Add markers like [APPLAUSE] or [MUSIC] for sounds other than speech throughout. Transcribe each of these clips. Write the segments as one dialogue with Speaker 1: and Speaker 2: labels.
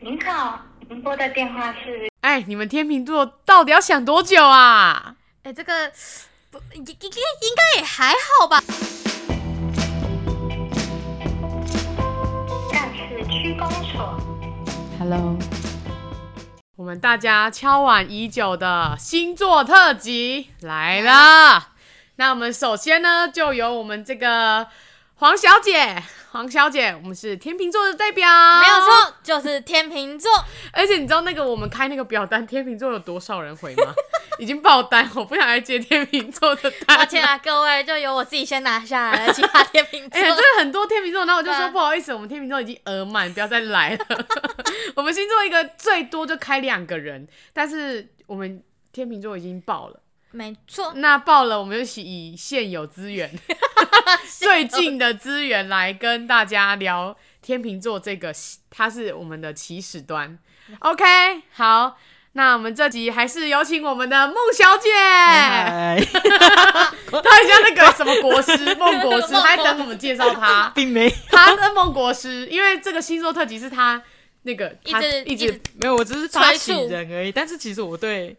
Speaker 1: 您好，您拨的电话是
Speaker 2: 哎，你们天秤座到底要想多久啊？
Speaker 3: 哎、这个不应应该应该也还好吧？
Speaker 1: 干事区公所。
Speaker 4: Hello，
Speaker 2: 我们大家敲碗已久的星座特辑来了。那我们首先呢，就由我们这个黄小姐，黄小姐，我们是天秤座的代表，
Speaker 3: 没
Speaker 2: 没
Speaker 3: 有。错，就是天
Speaker 2: [LAUGHS]
Speaker 3: 秤座。
Speaker 2: 而且你知道那个我们开那个表单，天秤座有多少人回吗？已经爆单，我不想来接天秤座的单。
Speaker 3: 抱歉啊，各位，就由我自己先拿下来了，其他天 [LAUGHS] 秤座
Speaker 2: 哎、。真的很多天秤座，然后我就
Speaker 3: 对
Speaker 2: 说
Speaker 3: 啊
Speaker 2: 不好意思，我们天秤座已经额满，不要再来了。 [LAUGHS] 我们星座一个最多就开两个人，但是我们天秤座已经爆了，
Speaker 3: 没错，
Speaker 2: 那爆了我们就以现有资
Speaker 3: [LAUGHS]
Speaker 2: 源、最近的资源来跟大家聊天秤座这个，它是我们的起始端。OK，好，那我们这集还是有请我们的孟小姐。
Speaker 3: 哎
Speaker 4: 嗨，
Speaker 2: 她很像那个什么国
Speaker 3: [LAUGHS]
Speaker 2: 师，孟国师，
Speaker 3: 孟
Speaker 2: 还
Speaker 3: 国
Speaker 2: 等我们介绍她。
Speaker 4: 并没
Speaker 2: 他的梦国师，因为这个星座特辑是他那个
Speaker 3: 一
Speaker 2: 他
Speaker 3: 直
Speaker 2: 一
Speaker 3: 一直
Speaker 4: [LAUGHS] 没有，我只是发起
Speaker 3: 催促
Speaker 4: 人而已。但是其实我对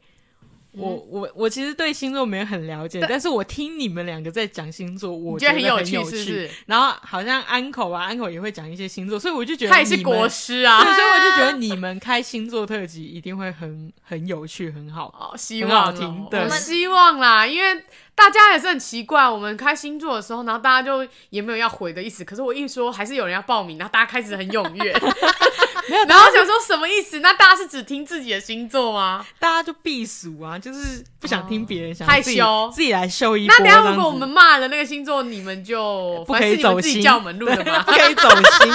Speaker 4: 我
Speaker 2: 嗯
Speaker 4: 我我其实对星座没有很了解，但是我听你们两个在讲星座，我
Speaker 2: 你觉得
Speaker 4: 很
Speaker 2: 很
Speaker 4: 有
Speaker 2: 有趣是不是？
Speaker 4: 然后好像安口啊，安口也会讲一些星座，所以我就觉得
Speaker 2: 他也是
Speaker 4: 你们
Speaker 2: 国师
Speaker 4: 对，
Speaker 2: 啊，
Speaker 4: 所以我就觉得你们开星座特辑一定会很很有趣，很好。
Speaker 2: 哦，希
Speaker 4: 很好
Speaker 2: 望
Speaker 4: 听
Speaker 2: 哦
Speaker 4: 对
Speaker 2: 我希望啦，因为大家也是很奇怪，我们开星座的时候，然后大家就也没有要回的意思，可是我一说还是有人要报名，然后大家开始很踊
Speaker 4: [LAUGHS]
Speaker 2: 跃， [LAUGHS] 然后想说什么意思？那大家是只听自己的星座吗？
Speaker 4: 大家就避暑啊，就是不想听别人，想
Speaker 2: 啊害
Speaker 4: 自己
Speaker 2: 羞
Speaker 4: 自己来秀一波
Speaker 2: 那
Speaker 4: 这
Speaker 2: 等一
Speaker 4: 样子。
Speaker 2: 下如果我
Speaker 4: [LAUGHS]
Speaker 2: 们骂了那个星座，你们就
Speaker 4: 不
Speaker 2: 反
Speaker 4: 可
Speaker 2: 正
Speaker 4: 以
Speaker 2: 是你们
Speaker 4: 走
Speaker 2: 自己
Speaker 4: 心，
Speaker 2: 叫我们录的
Speaker 4: 对
Speaker 2: 吗？
Speaker 4: 不可以走心。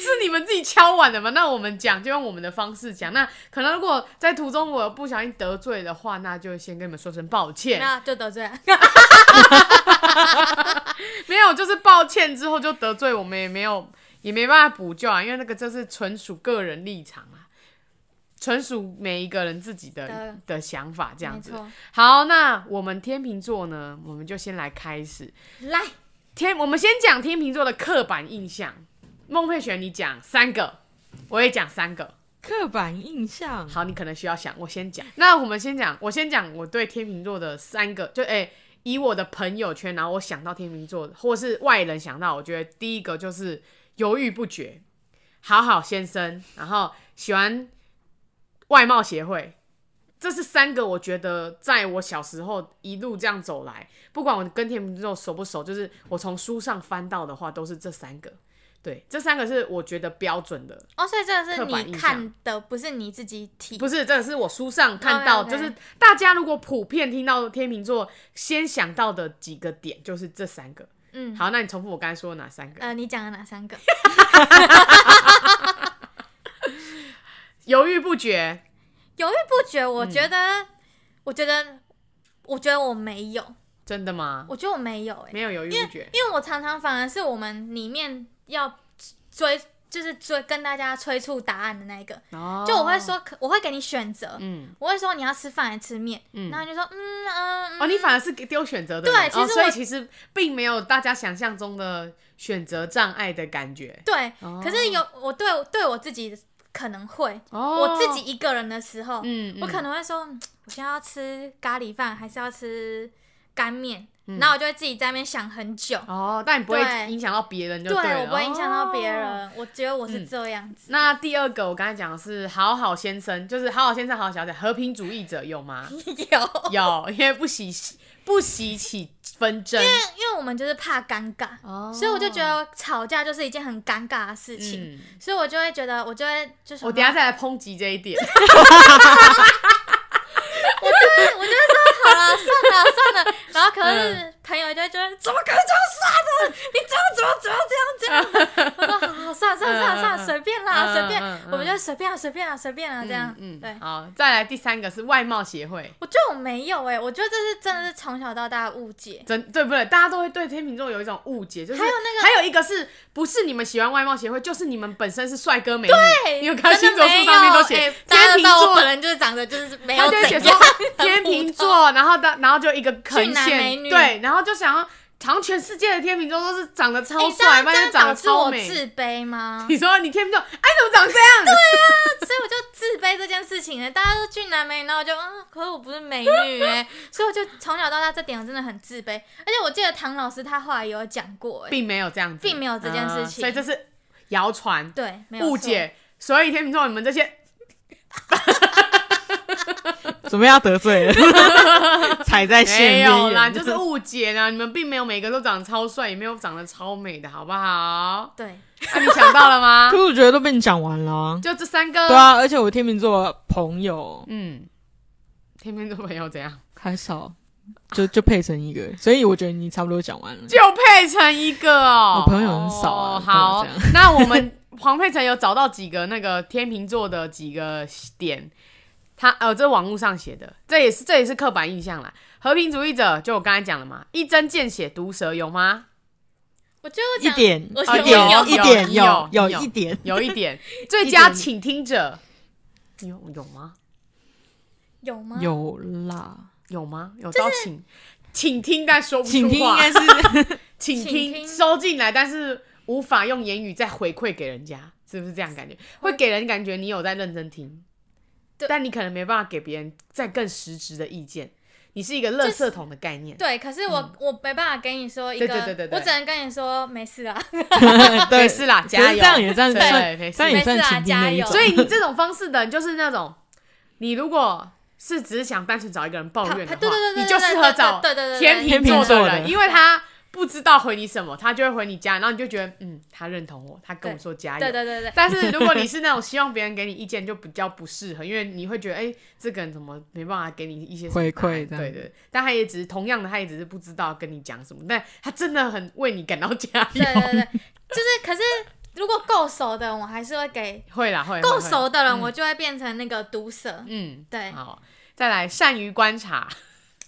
Speaker 2: 是你们自己敲碗的吗？那我们讲就用我们的方式讲。那可能如果在途中我不小心得罪的话，那就先跟你们说声抱歉。
Speaker 3: 那就得罪了。
Speaker 2: 没有，就是抱歉之后就得罪我们也没有，也没办法补救啊，因为那个就是纯属个人立场啊，纯属每一个人自己的
Speaker 3: 对
Speaker 2: 的想法这样
Speaker 3: 没
Speaker 2: 子。
Speaker 3: 错，
Speaker 2: 好，那我们天秤座呢，我们就先来开始。
Speaker 3: 来，
Speaker 2: 天，我们先讲天秤座的刻板印象。孟佩璇，你讲三个，我也讲三个。
Speaker 4: 刻板印象，
Speaker 2: 好，你可能需要想，我先讲。那我们先讲，我先讲我对天秤座的三个，就哎、以我的朋友圈，然后我想到天秤座，或是外人想到，我觉得第一个就是犹豫不决，好好先生，然后喜欢外貌协会。这是三个，我觉得在我小时候一路这样走来，不管我跟天秤座熟不熟，就是我从书上翻到的话，都是这三个。对，这三个是我觉得标准的。
Speaker 3: 哦，所以这个是
Speaker 2: 刻板
Speaker 3: 你
Speaker 2: 印象
Speaker 3: 看的，不是你自己提。
Speaker 2: 不是，这个是我书上看到
Speaker 3: 哦 OK，OK
Speaker 2: 就是大家如果普遍听到天秤座，先想到的几个点就是这三个。
Speaker 3: 嗯，
Speaker 2: 好，那你重复我刚才说的哪三个？
Speaker 3: 呃，你讲了哪三个？
Speaker 2: 犹豫不决，
Speaker 3: 犹豫不决，我觉得，
Speaker 2: 嗯
Speaker 3: 我觉得，我觉得我没有，
Speaker 2: 真的吗？
Speaker 3: 我觉得我没有、欸，
Speaker 2: 没有犹豫不决，
Speaker 3: 因为我常常反而是我们里面要追，就是追跟大家催促答案的那一个，
Speaker 2: 哦
Speaker 3: 就我会，说，可我会给你选择，
Speaker 2: 嗯，
Speaker 3: 我会说你要吃饭还是吃面，
Speaker 2: 嗯
Speaker 3: 然后你就说嗯嗯，
Speaker 2: 哦，
Speaker 3: 嗯
Speaker 2: 你反而是给丢选择的
Speaker 3: 对
Speaker 2: 人，
Speaker 3: 其实
Speaker 2: 哦所以
Speaker 3: 我
Speaker 2: 其实并没有大家想象中的选择障碍的感觉。
Speaker 3: 对，
Speaker 2: 哦
Speaker 3: 可是有我对我对我自己可能会，
Speaker 2: 哦，
Speaker 3: 我自己，一个人的时候，
Speaker 2: 嗯，嗯
Speaker 3: 我可能会说，嗯我现在要吃咖喱饭还是要吃干面，
Speaker 2: 嗯
Speaker 3: 然后我就会自己在那边想很久。
Speaker 2: 哦，但你不会
Speaker 3: 对
Speaker 2: 影响到别 [LAUGHS] 人就
Speaker 3: 对，
Speaker 2: 了，
Speaker 3: 我不会影响到别
Speaker 2: 哦
Speaker 3: 人，我觉得我是
Speaker 2: 嗯
Speaker 3: 这样子。 [LAUGHS]
Speaker 2: 那第二个我刚才讲的是好好先生，就是好好先生、好好小姐，和平主义者有吗？
Speaker 3: [LAUGHS] 有，
Speaker 2: 有，因为不喜不喜起纷争，
Speaker 3: 因为我们就是怕尴尬，
Speaker 2: 哦
Speaker 3: 所以我就觉得吵架就是一件很尴尬的事情，
Speaker 2: 嗯，
Speaker 3: 所以我就会觉得，我就会就是
Speaker 2: 我等一下再来抨击这一点。
Speaker 3: 对我就会说好了，算了算了。然后可是朋友就会觉得，怎么可能这样算的？你怎么怎么怎么这样这样？我说好好算了算了算了
Speaker 2: [LAUGHS]
Speaker 3: 算了，随便
Speaker 2: 嗯
Speaker 3: 啦随
Speaker 2: 嗯
Speaker 3: 便
Speaker 2: 嗯，
Speaker 3: 我们就随便啊随便啊随便啊 [LAUGHS] 这样。
Speaker 2: 嗯，
Speaker 3: 对
Speaker 2: 嗯，好，再来第三个是外貌协会，
Speaker 3: 我觉得我没有哎，我觉得这是真的是从小到大的误
Speaker 2: [LAUGHS]
Speaker 3: 解。
Speaker 2: 真对不对？大家都会对天秤座有一种误解，就是
Speaker 3: 还有那个
Speaker 2: 还有一个是不是你们喜欢外貌协会，就是你们本身是帅哥美女，
Speaker 3: 对
Speaker 2: 因为看星
Speaker 3: 真
Speaker 2: 座
Speaker 3: 的
Speaker 2: 书
Speaker 3: 没有
Speaker 2: 上面都写
Speaker 3: 哎大家
Speaker 2: 天秤
Speaker 3: 都知道我
Speaker 2: 座
Speaker 3: 本。人就是长得就是没
Speaker 2: 他
Speaker 3: 有 [LAUGHS]
Speaker 2: 就会写
Speaker 3: 怎
Speaker 2: 说
Speaker 3: 样，
Speaker 2: 天秤座，然后的，然后就一个
Speaker 3: 俊
Speaker 2: 横
Speaker 3: 男美
Speaker 2: 线，
Speaker 3: 女
Speaker 2: 对，然后就想要好像全世界的天秤座都是长得超
Speaker 3: 你知道
Speaker 2: 帅，不
Speaker 3: 哎欸
Speaker 2: 然就
Speaker 3: 这样
Speaker 2: 长
Speaker 3: 导
Speaker 2: 得
Speaker 3: 致
Speaker 2: 超
Speaker 3: 我
Speaker 2: 美。
Speaker 3: 自卑吗？
Speaker 2: 你说你天秤座，哎，怎么长这样？对，
Speaker 3: 所以我就自卑这件事情呢，大家都俊男美女，然后我就嗯，可是我不是美女哎，所以我就从小到大这点我真的很自卑。而且我记得唐老师他后来也有讲过哎，
Speaker 2: 并没有这样子，
Speaker 3: 并没有这件事
Speaker 2: 嗯
Speaker 3: 情
Speaker 2: 所以这是谣传、
Speaker 3: 对，没有错
Speaker 2: 误。解。所以天秤座，你们这
Speaker 4: [LAUGHS]
Speaker 2: 些
Speaker 4: 准备要得
Speaker 2: [LAUGHS]
Speaker 4: 罪了，踩在线
Speaker 2: 没
Speaker 4: 边缘
Speaker 2: 有啦，就是误解啦。你们并没有每个都长得超帅，也没有长得超美的，好不好？
Speaker 3: 对，
Speaker 2: 那、你想到了吗
Speaker 4: [LAUGHS] 可？是我觉得都被你讲完了啊。
Speaker 2: 就这三个。
Speaker 4: 对，啊，而且我天秤座朋友
Speaker 2: 嗯，天秤座朋友怎样？
Speaker 4: 还少，就就配成一个，所以我觉得你差不多讲完了。
Speaker 2: 就配成一个哦。
Speaker 4: 我朋友很少啊
Speaker 2: 哦
Speaker 4: 干嘛
Speaker 2: 好
Speaker 4: 这样，
Speaker 2: [LAUGHS] 那我们黄佩岑有找到几个那个天秤座的几个点，他呃，这是网络上写的，这也是这也是刻板印象啦。和平主义者，就我刚才讲了嘛，一针见血，毒舌有吗？
Speaker 3: 我就
Speaker 4: 一
Speaker 3: 讲
Speaker 4: 点，
Speaker 3: 我
Speaker 2: 啊
Speaker 4: 一
Speaker 3: 有
Speaker 4: 点，
Speaker 2: 有
Speaker 4: 一
Speaker 2: 有
Speaker 4: 点，
Speaker 2: 有
Speaker 4: 有
Speaker 2: 有
Speaker 4: 一点，
Speaker 2: 有一 [LAUGHS] 点，最佳倾听者有有吗？
Speaker 3: 有
Speaker 2: 嗯
Speaker 3: 吗？
Speaker 4: 有啦。
Speaker 2: 有吗？有到请请听，但说不出
Speaker 4: 请听应
Speaker 2: 话
Speaker 4: 该是
Speaker 2: 请
Speaker 3: 请
Speaker 2: 听
Speaker 3: 听
Speaker 2: 收进来，但是无法用言语再回馈给人家，是不是这样感觉？会给人感觉你有在认真听，
Speaker 3: 对
Speaker 2: 但你可能没办法给别人再更实质的意见。你是一个垃圾桶的概念，
Speaker 3: 对，可是我、我没办法跟你说一个，
Speaker 2: 对对对对对
Speaker 3: 我只能跟你说没事啊，
Speaker 4: 对，
Speaker 2: 没事啦，
Speaker 4: 其实
Speaker 2: [LAUGHS] 加油，
Speaker 4: 这样也算
Speaker 2: 对，
Speaker 4: 算，
Speaker 2: 没事
Speaker 4: 这。样也算
Speaker 3: 没事啊
Speaker 4: 请听的一
Speaker 3: 加油
Speaker 4: 种。
Speaker 2: 所以你这种方式的人，就是那种你如果。是只是想单纯找一个人抱怨的
Speaker 3: 他
Speaker 2: 话，
Speaker 3: 他对对对对
Speaker 2: 你就适合找
Speaker 3: 对对对对对
Speaker 2: 天
Speaker 3: 对
Speaker 4: 对
Speaker 2: 秤座
Speaker 4: 对
Speaker 2: 的
Speaker 4: 天秤座的
Speaker 2: 人，因为他不知道回你什么，他就会回你加，然后你就觉得嗯，他认同我，他跟我说加油，
Speaker 3: 对对对对，
Speaker 2: [LAUGHS] 但是如果你是那种希望别人给你意见，就比较不适合，因为你会觉得，哎、这个人怎么没办法给你一些什么
Speaker 4: 回馈
Speaker 2: 答
Speaker 4: 这
Speaker 2: 案对
Speaker 4: 样
Speaker 2: 对，但他也只是同样的，他也只是不知道跟你讲什么，但他真的很为你感到加油
Speaker 3: 对。对对，就是可是如果够熟的，我还是会给
Speaker 2: 会啦，会
Speaker 3: 够，
Speaker 2: 会会
Speaker 3: 熟的人，我就会变成那个毒舌。
Speaker 2: 嗯，
Speaker 3: 对，
Speaker 2: 好，再来善于观察。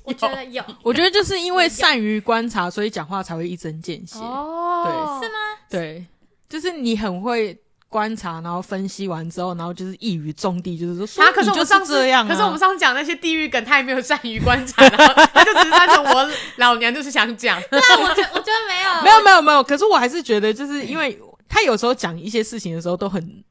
Speaker 3: 我觉得有
Speaker 4: 我觉得就是因为善于观察，所以讲话才会一针见血。
Speaker 2: 嗯哦
Speaker 3: 是吗？
Speaker 4: 对，就是你很会观察，然后分析完之后，然后就是一语中的，就是说，所以
Speaker 2: 啊！可是我
Speaker 4: 你就
Speaker 2: 们上次，
Speaker 4: 这样、啊，
Speaker 2: 可是我们上次讲那些地狱梗，他也没有善于观察，然后他就只是单纯我老娘就是想
Speaker 4: [LAUGHS]
Speaker 2: 讲，
Speaker 3: 但我觉我觉得没有，
Speaker 4: 没有没有没有，可是我还是觉得，就是因为他有时候讲一些事情的时候都很。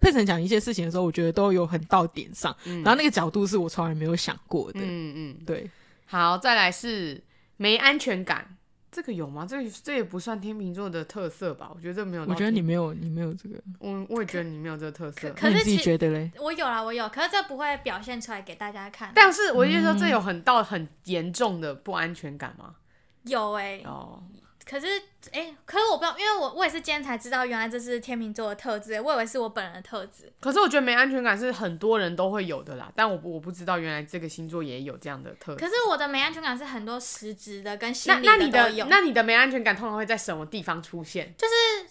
Speaker 4: 佩晨讲一些事情的时候，我觉得都有很到点上，然后那个角度是我从来没有想过的。
Speaker 2: 嗯嗯。
Speaker 4: 对，
Speaker 2: 好，再来是没安全感，这个有吗？这个这也不算天秤座的特色吧？我觉得这没有到天。
Speaker 4: 我觉得你没有，你没有这个，
Speaker 2: 我我也觉得你没有这个特色。
Speaker 3: 可
Speaker 4: 那你
Speaker 3: 是
Speaker 4: 自己
Speaker 3: 其
Speaker 4: 觉得嘞？
Speaker 3: 我有啦，我有，可是这不会表现出来给大家看。
Speaker 2: [LAUGHS] 但是我就说，这有很到很严重的不安全感吗？
Speaker 3: 有哎、
Speaker 2: 哦，
Speaker 3: 可是哎、可是我不知道，因为我我也是今天才知道，原来这是天秤座的特质、我以为是我本人的特质。
Speaker 2: 可是我觉得没安全感是很多人都会有的啦，但我不我不知道原来这个星座也有这样的特
Speaker 3: 可
Speaker 2: 质。
Speaker 3: 是我的没安全感是很多实质的跟心
Speaker 2: 那
Speaker 3: 理
Speaker 2: 呃那你
Speaker 3: 都
Speaker 2: 的
Speaker 3: 有，
Speaker 2: 那你的没安全感通常会在什么地方出现？
Speaker 3: 就是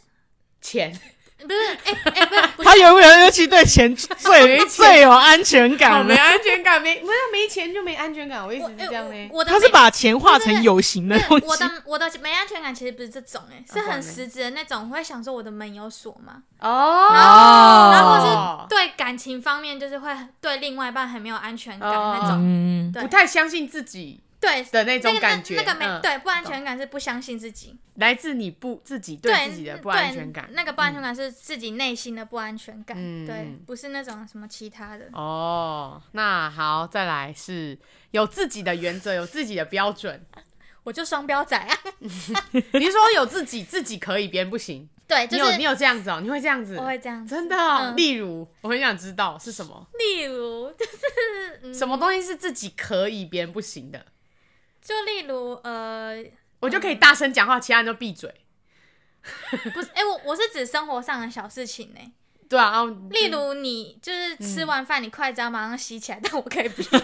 Speaker 2: 钱，
Speaker 3: 不是哎哎、
Speaker 2: [LAUGHS]
Speaker 3: 不是不是
Speaker 4: 他有没有尤其对钱最
Speaker 2: 没钱
Speaker 4: 最有哦安全感
Speaker 2: 没
Speaker 4: 呢？
Speaker 2: 安全感， [LAUGHS] 没没有没钱就没安全感，我一直
Speaker 3: 我
Speaker 2: 是
Speaker 3: 哎
Speaker 2: 这样呢。
Speaker 3: 我我的
Speaker 4: 他是
Speaker 3: 没
Speaker 4: 把钱化成有形
Speaker 3: 不
Speaker 4: 的
Speaker 3: 是
Speaker 4: 东西。
Speaker 3: 我的我的没安全感其实不是这种哎、是
Speaker 2: 不然
Speaker 3: 很
Speaker 2: 呢
Speaker 3: 实质的那种，我会想说我的门有锁吗？
Speaker 2: 哦，
Speaker 4: 哦，
Speaker 3: 然后
Speaker 2: 哦
Speaker 3: 是对感情方面就是会对另外一半很没有安全感
Speaker 2: 哦
Speaker 3: 那种，
Speaker 4: 嗯，
Speaker 3: 对
Speaker 2: 不太相信自己
Speaker 3: 对
Speaker 2: 的那
Speaker 3: 那
Speaker 2: 种
Speaker 3: 个
Speaker 2: 感觉，
Speaker 3: 那那个没、
Speaker 2: 嗯
Speaker 3: 对不安全感是不相信自己，
Speaker 2: 来自你不自己对自己的不安全感
Speaker 3: 对。那个不安全感是自己内心的不安全感，
Speaker 2: 嗯
Speaker 3: 对
Speaker 2: 嗯，
Speaker 3: 不是那种什么其他的。
Speaker 2: 哦，那好，再来是有自己的原则，有自己的标准。
Speaker 3: 我就双标仔啊， [LAUGHS]
Speaker 2: 你是说有自己，自己可以，别人不行。
Speaker 3: 对，
Speaker 2: 你
Speaker 3: 就是
Speaker 2: 有你有这样子哦，你会这样子？
Speaker 3: 我会这样子
Speaker 2: 真的哦、
Speaker 3: 嗯
Speaker 2: 例如，我很想知道是什么，
Speaker 3: 例如就是、嗯、
Speaker 2: 什么东西是自己可以，别人不行的，
Speaker 3: 就例如呃，
Speaker 2: 我就可以大声讲话，其他人都闭嘴。
Speaker 3: 不是哎、我我是指生活上的小事情呢、
Speaker 2: 对啊，然后
Speaker 3: 例如你就是
Speaker 2: 嗯
Speaker 3: 吃完饭，你筷子要马上洗起来，但我可
Speaker 2: [LAUGHS]
Speaker 3: 以不用。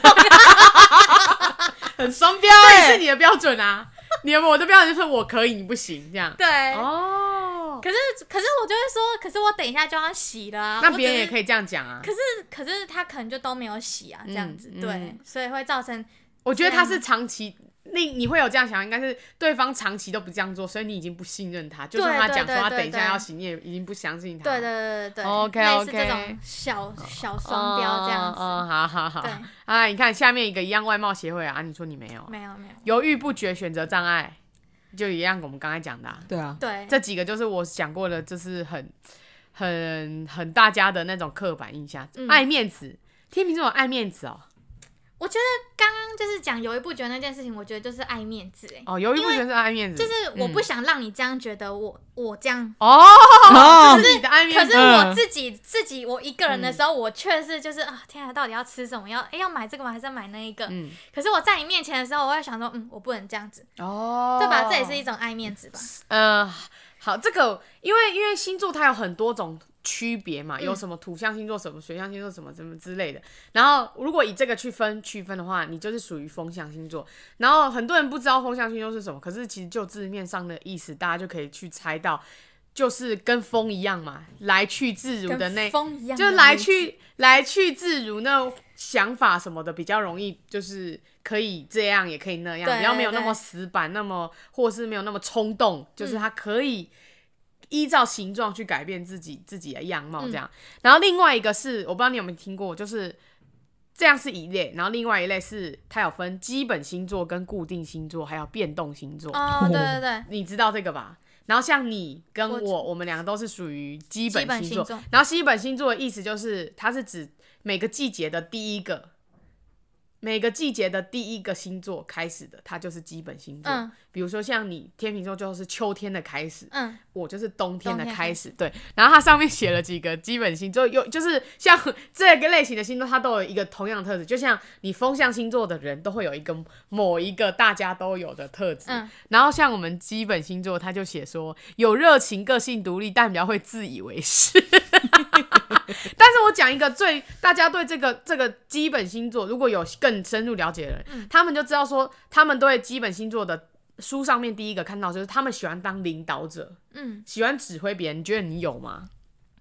Speaker 2: 很双标、欸这也是你的标准啊。你有没有我的标准就是我可以，你不行这样。
Speaker 3: 对，
Speaker 2: 哦，
Speaker 3: 可是可是我就会说，可是我等一下就要洗了、啊。
Speaker 2: 那别人也
Speaker 3: 以。
Speaker 2: 可以这样讲啊。
Speaker 3: 可是可是他可能就都没有洗啊，这样子、
Speaker 2: 嗯
Speaker 3: 对、
Speaker 2: 嗯
Speaker 3: 所以会造成
Speaker 2: 我觉得他
Speaker 3: 这
Speaker 2: 是长期令你会有这样想，应该是对方长期都不这样做，所以你已经不信任他。就
Speaker 3: 对
Speaker 2: 算他
Speaker 3: 对
Speaker 2: 讲说
Speaker 3: 对
Speaker 2: 他
Speaker 3: 对
Speaker 2: 等一下
Speaker 3: 对
Speaker 2: 要洗，你也已经不相信他。
Speaker 3: 对对对对对
Speaker 2: OK，OK
Speaker 3: 类似这种小小
Speaker 2: 哦，
Speaker 3: 双标这样子。
Speaker 2: 哦，好好好
Speaker 3: 对。
Speaker 2: 啊，你看下面一个一样外貌协会啊，啊你说你没有啊
Speaker 3: 没有没有，
Speaker 2: 犹豫不决，选择障碍。就一样我们刚才讲的、啊，
Speaker 4: 对啊，
Speaker 3: 对，
Speaker 2: 这几个就是我讲过的，就是很很很大家的那种刻板印象，
Speaker 3: 嗯
Speaker 2: 爱面子。天秤座有爱面子哦，
Speaker 3: 我觉得刚刚就是讲犹豫不决那件事情，我觉得就是爱面子、哎、
Speaker 2: 哦，犹豫不决是爱面子，
Speaker 3: 就是我不
Speaker 2: 嗯
Speaker 3: 想让你这样觉得我，我这样。
Speaker 2: 哦，嗯
Speaker 4: 哦
Speaker 2: 这是你的爱面
Speaker 3: 可
Speaker 2: 子，
Speaker 3: 是我自己、自己我一个人
Speaker 2: 嗯
Speaker 3: 的时候，我确实就是啊，天啊，到底要吃什么？要哎要买这个吗？还是要买那一个？
Speaker 2: 嗯，
Speaker 3: 可是我在你面前的时候，我会想说，嗯，我不能这样子，
Speaker 2: 哦，
Speaker 3: 对吧？这也是一种爱面子吧。
Speaker 2: 呃，好，这个因为因为星座它有很多种区别嘛，
Speaker 3: 嗯
Speaker 2: 有什么土象星座、什么水象星座、什么什么之类的。然后如果以这个去分区分的话，你就是属于风象星座。然后很多人不知道风象星座是什么，可是其实就字面上的意思，大家就可以去猜到，就是跟风一样嘛，来去自如的那
Speaker 3: 跟，风一样
Speaker 2: 就
Speaker 3: 的面子，
Speaker 2: 来去来去自如那想法什么的比较容易，就是可以这样也可以那样，
Speaker 3: 对
Speaker 2: 比较没有那么
Speaker 3: 对嗯
Speaker 2: 死板，那么或是没有那么冲动，就是他可以依照形状去改变自己自己的样
Speaker 3: 嗯
Speaker 2: 貌这样。然后另外一个是我不知道你有没有听过，就是。这样是一类，然后另外一类是它有分基本星座、跟固定星座，还有变动星座。
Speaker 3: 哦，对对对，
Speaker 2: 你知道这个吧？然后像你跟
Speaker 3: 我
Speaker 2: 我，
Speaker 3: 知
Speaker 2: 我们两个都是属于基本星座。
Speaker 3: 基本星座
Speaker 2: 然后基本星座的意思就是，它是指每个季节的第一个，每个季节的第一个星座开始的，它就是基本星座。
Speaker 3: 嗯
Speaker 2: 比如说像你天秤座就是秋天的开始，
Speaker 3: 嗯，
Speaker 2: 我就是冬天的
Speaker 3: 冬天
Speaker 2: 开
Speaker 3: 开
Speaker 2: 始，对。然后它上面写了几个基本星座，有就是像这个类型的星座，它都有一个同样的特质，就像你风象星座的人都会有一个某一个大家都有的特质。
Speaker 3: 嗯
Speaker 2: 然后像我们基本星座，它就写说有热情、个性独立，但比较会自以为是。 [LAUGHS] 但是我讲一个最大家对这个这个基本星座，如果有更深入了解的人，
Speaker 3: 嗯
Speaker 2: 他们就知道说，他们对基本星座的书上面第一个看到就是他们喜欢当领导者。
Speaker 3: 嗯，
Speaker 2: 喜欢指挥别人，你觉得你有吗？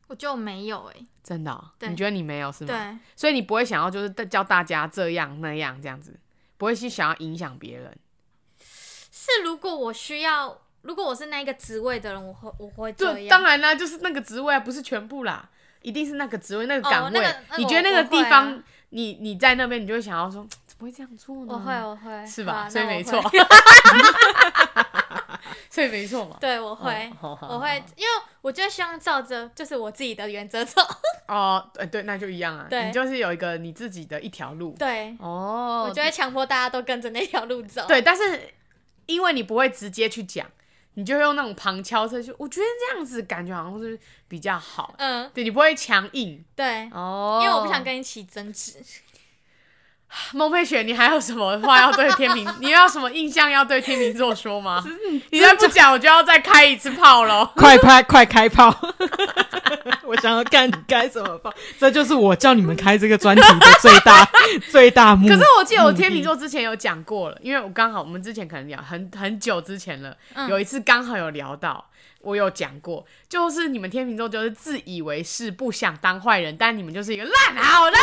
Speaker 3: 我就没有哎、
Speaker 2: 真的哦、
Speaker 3: 对
Speaker 2: 你觉得你没有是吗？
Speaker 3: 对，
Speaker 2: 所以你不会想要就是教大家这样那样这样子，不会去想要影响别人。
Speaker 3: 是如果我需要，如果我是那一个职位的人，我会我会这
Speaker 2: 就
Speaker 3: 样。
Speaker 2: 当然啦，就是那个职位啊，不是全部啦，一定是那个职位那个岗位。
Speaker 3: 哦那个那个
Speaker 2: 你觉得那
Speaker 3: 我
Speaker 2: 个
Speaker 3: 我会啊
Speaker 2: 地方，你你在那边，你就会想要说，怎么会这样做呢？
Speaker 3: 我会，我会，
Speaker 2: 是
Speaker 3: 好
Speaker 2: 吧？
Speaker 3: 啊
Speaker 2: 所以没。
Speaker 3: 那
Speaker 2: 错
Speaker 3: 我会，
Speaker 2: 所以没错嘛。
Speaker 3: 对，我会，
Speaker 2: 哦好好
Speaker 3: 我会，因为我就希望照着就是我自己的原
Speaker 2: [LAUGHS]
Speaker 3: 则走。
Speaker 2: 哦，对对，那就一样啊。
Speaker 3: 对
Speaker 2: 你就是有一个你自己的一条路。
Speaker 3: 对，
Speaker 2: 哦，
Speaker 3: 我就会强迫大家都跟着那条
Speaker 2: [LAUGHS]
Speaker 3: 路走。，
Speaker 2: 对，但是因为你不会直接去讲，你就会用那种旁敲侧击。我觉得这样子感觉好像是比较好，
Speaker 3: 嗯，
Speaker 2: 对你不会强硬
Speaker 3: 对，
Speaker 2: 哦
Speaker 3: 因为我不想跟你起争执。
Speaker 2: 孟佩雪，你还有什么话要对天秤？你有什么印象要对天秤座说吗？你再不讲，我就要再开一次炮
Speaker 4: [LAUGHS]
Speaker 2: 喽。
Speaker 4: 快拍，快开炮！ [LAUGHS] 我想要看你开什么炮，这就是我叫你们开这个专题的最 [LAUGHS] 大最大目
Speaker 2: 可是我记得我天秤座之前有讲过了，因为我刚好我们之前可能聊很很久之前了，
Speaker 3: 嗯
Speaker 2: 有一次刚好有聊到，我有讲过，就是你们天秤座就是自以为是，不想当坏人，但你们就是一个烂好烂，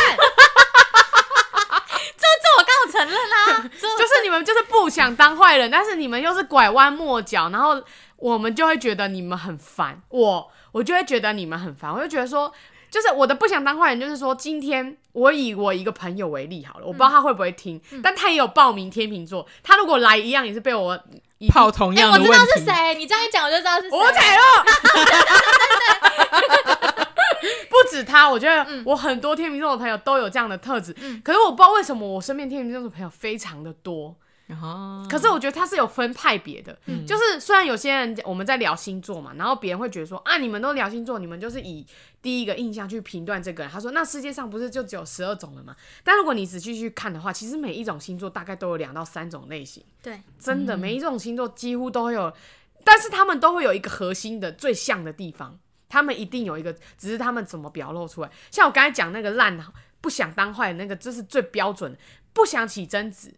Speaker 3: 这我刚好承认啦、这
Speaker 2: [LAUGHS] 就是你们就是不想当坏人，但是你们又是拐弯抹角，然后我们就会觉得你们很烦。我我就会觉得你们很烦，我就觉得说，就是我的不想当坏人，就是说今天我以我一个朋友为例好了，我不知道他会不会听，但他也有报名天秤座，他如果来一样也是被 [LAUGHS] 我一
Speaker 4: 炮同
Speaker 3: 哎、
Speaker 4: 样
Speaker 3: 我
Speaker 4: 的问
Speaker 3: 知
Speaker 4: 题。
Speaker 3: 道是谁，你这样一讲我就知道是谁。
Speaker 2: 我踩了。 [LAUGHS] 不止他，我觉得我很多天秤座的朋友都有这样的特质，可是我不知道为什么我身边天秤座的朋友非常的多，
Speaker 4: 哦，
Speaker 2: 可是我觉得它是有分派别的，就是虽然有些人我们在聊星座嘛，然后别人会觉得说啊，你们都聊星座，你们就是以第一个印象去评断这个人。他说那世界上不是就只有十二种了吗？但如果你仔细去看的话，其实每一种星座大概都有两到三种类型，
Speaker 3: 对，
Speaker 2: 真的、每一种星座几乎都会有，但是他们都会有一个核心的最像的地方，他们一定有一个，只是他们怎么表露出来。像我刚才讲那个烂不想当坏人那个，这是最标准的，不想起争执，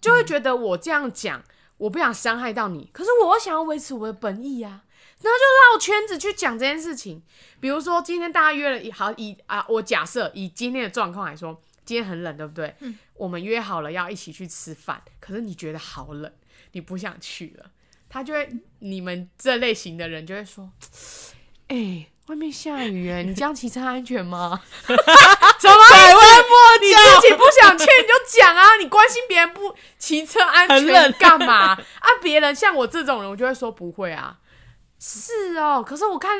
Speaker 2: 就会觉得我这样讲，我不想伤害到你，可是我又想要维持我的本意啊。然后就绕圈子去讲这件事情，比如说今天大家约了，好以啊，我假设以今天的状况来说，今天很冷，对不对？嗯，我们约好了要一起去吃饭，可是你觉得好冷，你不想去了，他就会，你们这类型的人就会说， [LAUGHS] 哎、外面下雨耶，你这样骑车安全吗？什么意思？
Speaker 4: 百万莫
Speaker 2: 你
Speaker 4: 叫，
Speaker 2: 自己不想去你就讲啊，你关心别人不骑车安
Speaker 4: 很冷
Speaker 2: 全干嘛啊？别人像我这种人，我就会说不会啊。是哦，可是我看